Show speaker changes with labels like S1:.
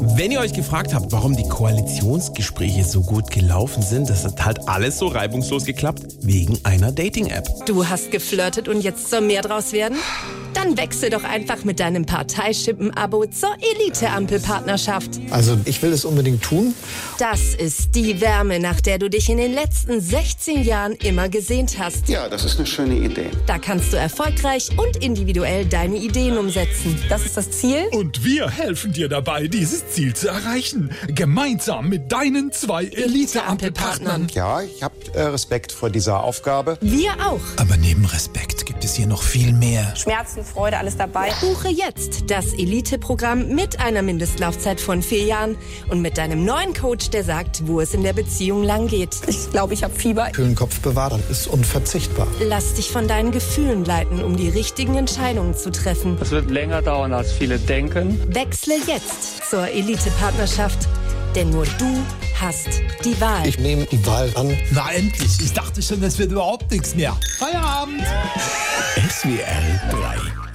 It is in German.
S1: Wenn ihr euch gefragt habt, warum die Koalitionsgespräche so gut gelaufen sind, das hat halt alles so reibungslos geklappt, wegen einer Dating-App.
S2: Du hast geflirtet und jetzt soll mehr draus werden? Dann wechsel doch einfach mit deinem Parteischippen-Abo zur Elite-Ampel-Partnerschaft.
S3: Also ich will es unbedingt tun.
S2: Das ist die Wärme, nach der du dich in den letzten 16 Jahren immer gesehnt hast.
S4: Ja, das ist eine schöne Idee.
S2: Da kannst du erfolgreich und individuell deine Ideen umsetzen.
S5: Das ist das Ziel?
S6: Und wir helfen dir dabei, dieses Ziel zu erreichen. Gemeinsam mit deinen zwei Elite-Ampelpartnern.
S3: Ja, ich habe äh, Respekt vor dieser Aufgabe.
S2: Wir auch.
S7: Aber neben Respekt gibt es hier noch viel mehr.
S5: Schmerzen, Freude, alles dabei.
S2: Buche jetzt das Elite-Programm mit einer Mindestlaufzeit von vier Jahren und mit deinem neuen Coach, der sagt, wo es in der Beziehung lang geht.
S5: Ich glaube, ich habe Fieber.
S3: Kühlen Kopf bewahren ist unverzichtbar.
S2: Lass dich von deinen Gefühlen leiten, um die richtigen Entscheidungen zu treffen.
S8: Es wird länger dauern, als viele denken.
S2: Wechsle jetzt zur Elite-Partnerschaft, denn nur du hast die Wahl.
S3: Ich nehme die Wahl an.
S7: Na endlich, ich dachte schon, das wird überhaupt nichts mehr. Feierabend!
S1: SWR 3